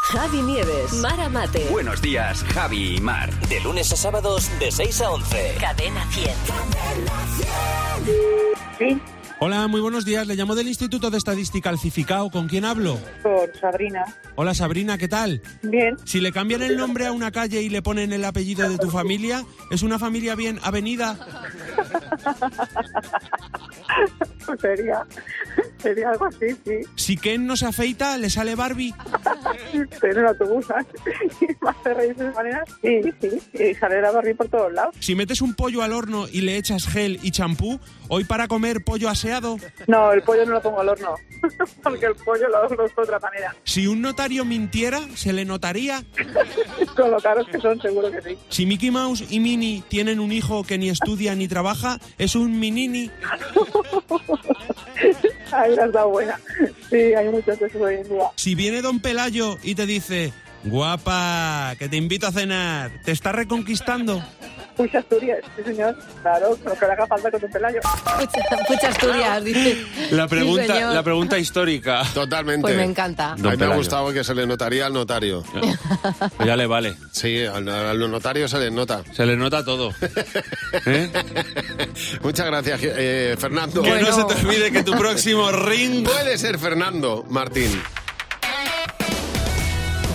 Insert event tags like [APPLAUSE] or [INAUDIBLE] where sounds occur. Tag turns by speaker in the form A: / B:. A: Javi Nieves, Mara Mate,
B: Buenos días, Javi y Mar.
C: De lunes a sábados de 6 a 11.
A: Cadena 100.
D: Sí,
E: Hola, muy buenos días. Le llamo del Instituto de Estadística Alcificado. ¿Con quién hablo?
D: por Sabrina.
E: Hola, Sabrina, ¿qué tal?
D: Bien,
E: Si le cambian el nombre a una calle y le ponen el apellido de tu familia, ¿es una familia bien avenida?
D: pues sería, [LAUGHS] sería algo así, sí.
E: Si Ken no se afeita, le sale Barbie.
D: Estoy en el autobús ¿sabes? [LAUGHS] y me hace reír de esa manera. Sí, sí, y sale la barri por todos lados.
E: Si metes un pollo al horno y le echas gel y champú, hoy para comer pollo aseado.
D: No, el pollo no lo pongo al horno, [LAUGHS] porque el pollo lo hago de otra manera.
E: Si un notario mintiera, se le notaría.
D: Con lo caros que son, seguro que sí.
E: Si Mickey Mouse y Minnie tienen un hijo que ni estudia ni trabaja, es un minini.
D: Ahí la has dado buena. Sí, hay muchos de esos hoy en día.
E: Si viene don Pelayo y te dice, guapa, que te invito a cenar, te está reconquistando.
D: Uy, Asturias, sí señor. Claro, lo que le haga falta con un pelayo.
F: Muchas Asturias, dice.
G: La
F: Sí,
G: pregunta,
F: señor.
G: la pregunta histórica.
H: Totalmente.
F: Pues me encanta.
H: A
G: Don
H: mí me ha
G: Pelayo.
H: gustado que se le notaría al notario.
G: Pues ya le vale.
H: Sí, al, al notario se le nota. [LAUGHS]
G: Se le nota [LAUGHS] todo. ¿Eh?
H: Muchas gracias, eh, Fernando.
G: Que no se te olvide que tu próximo ring
H: Puede ser Fernando Martín.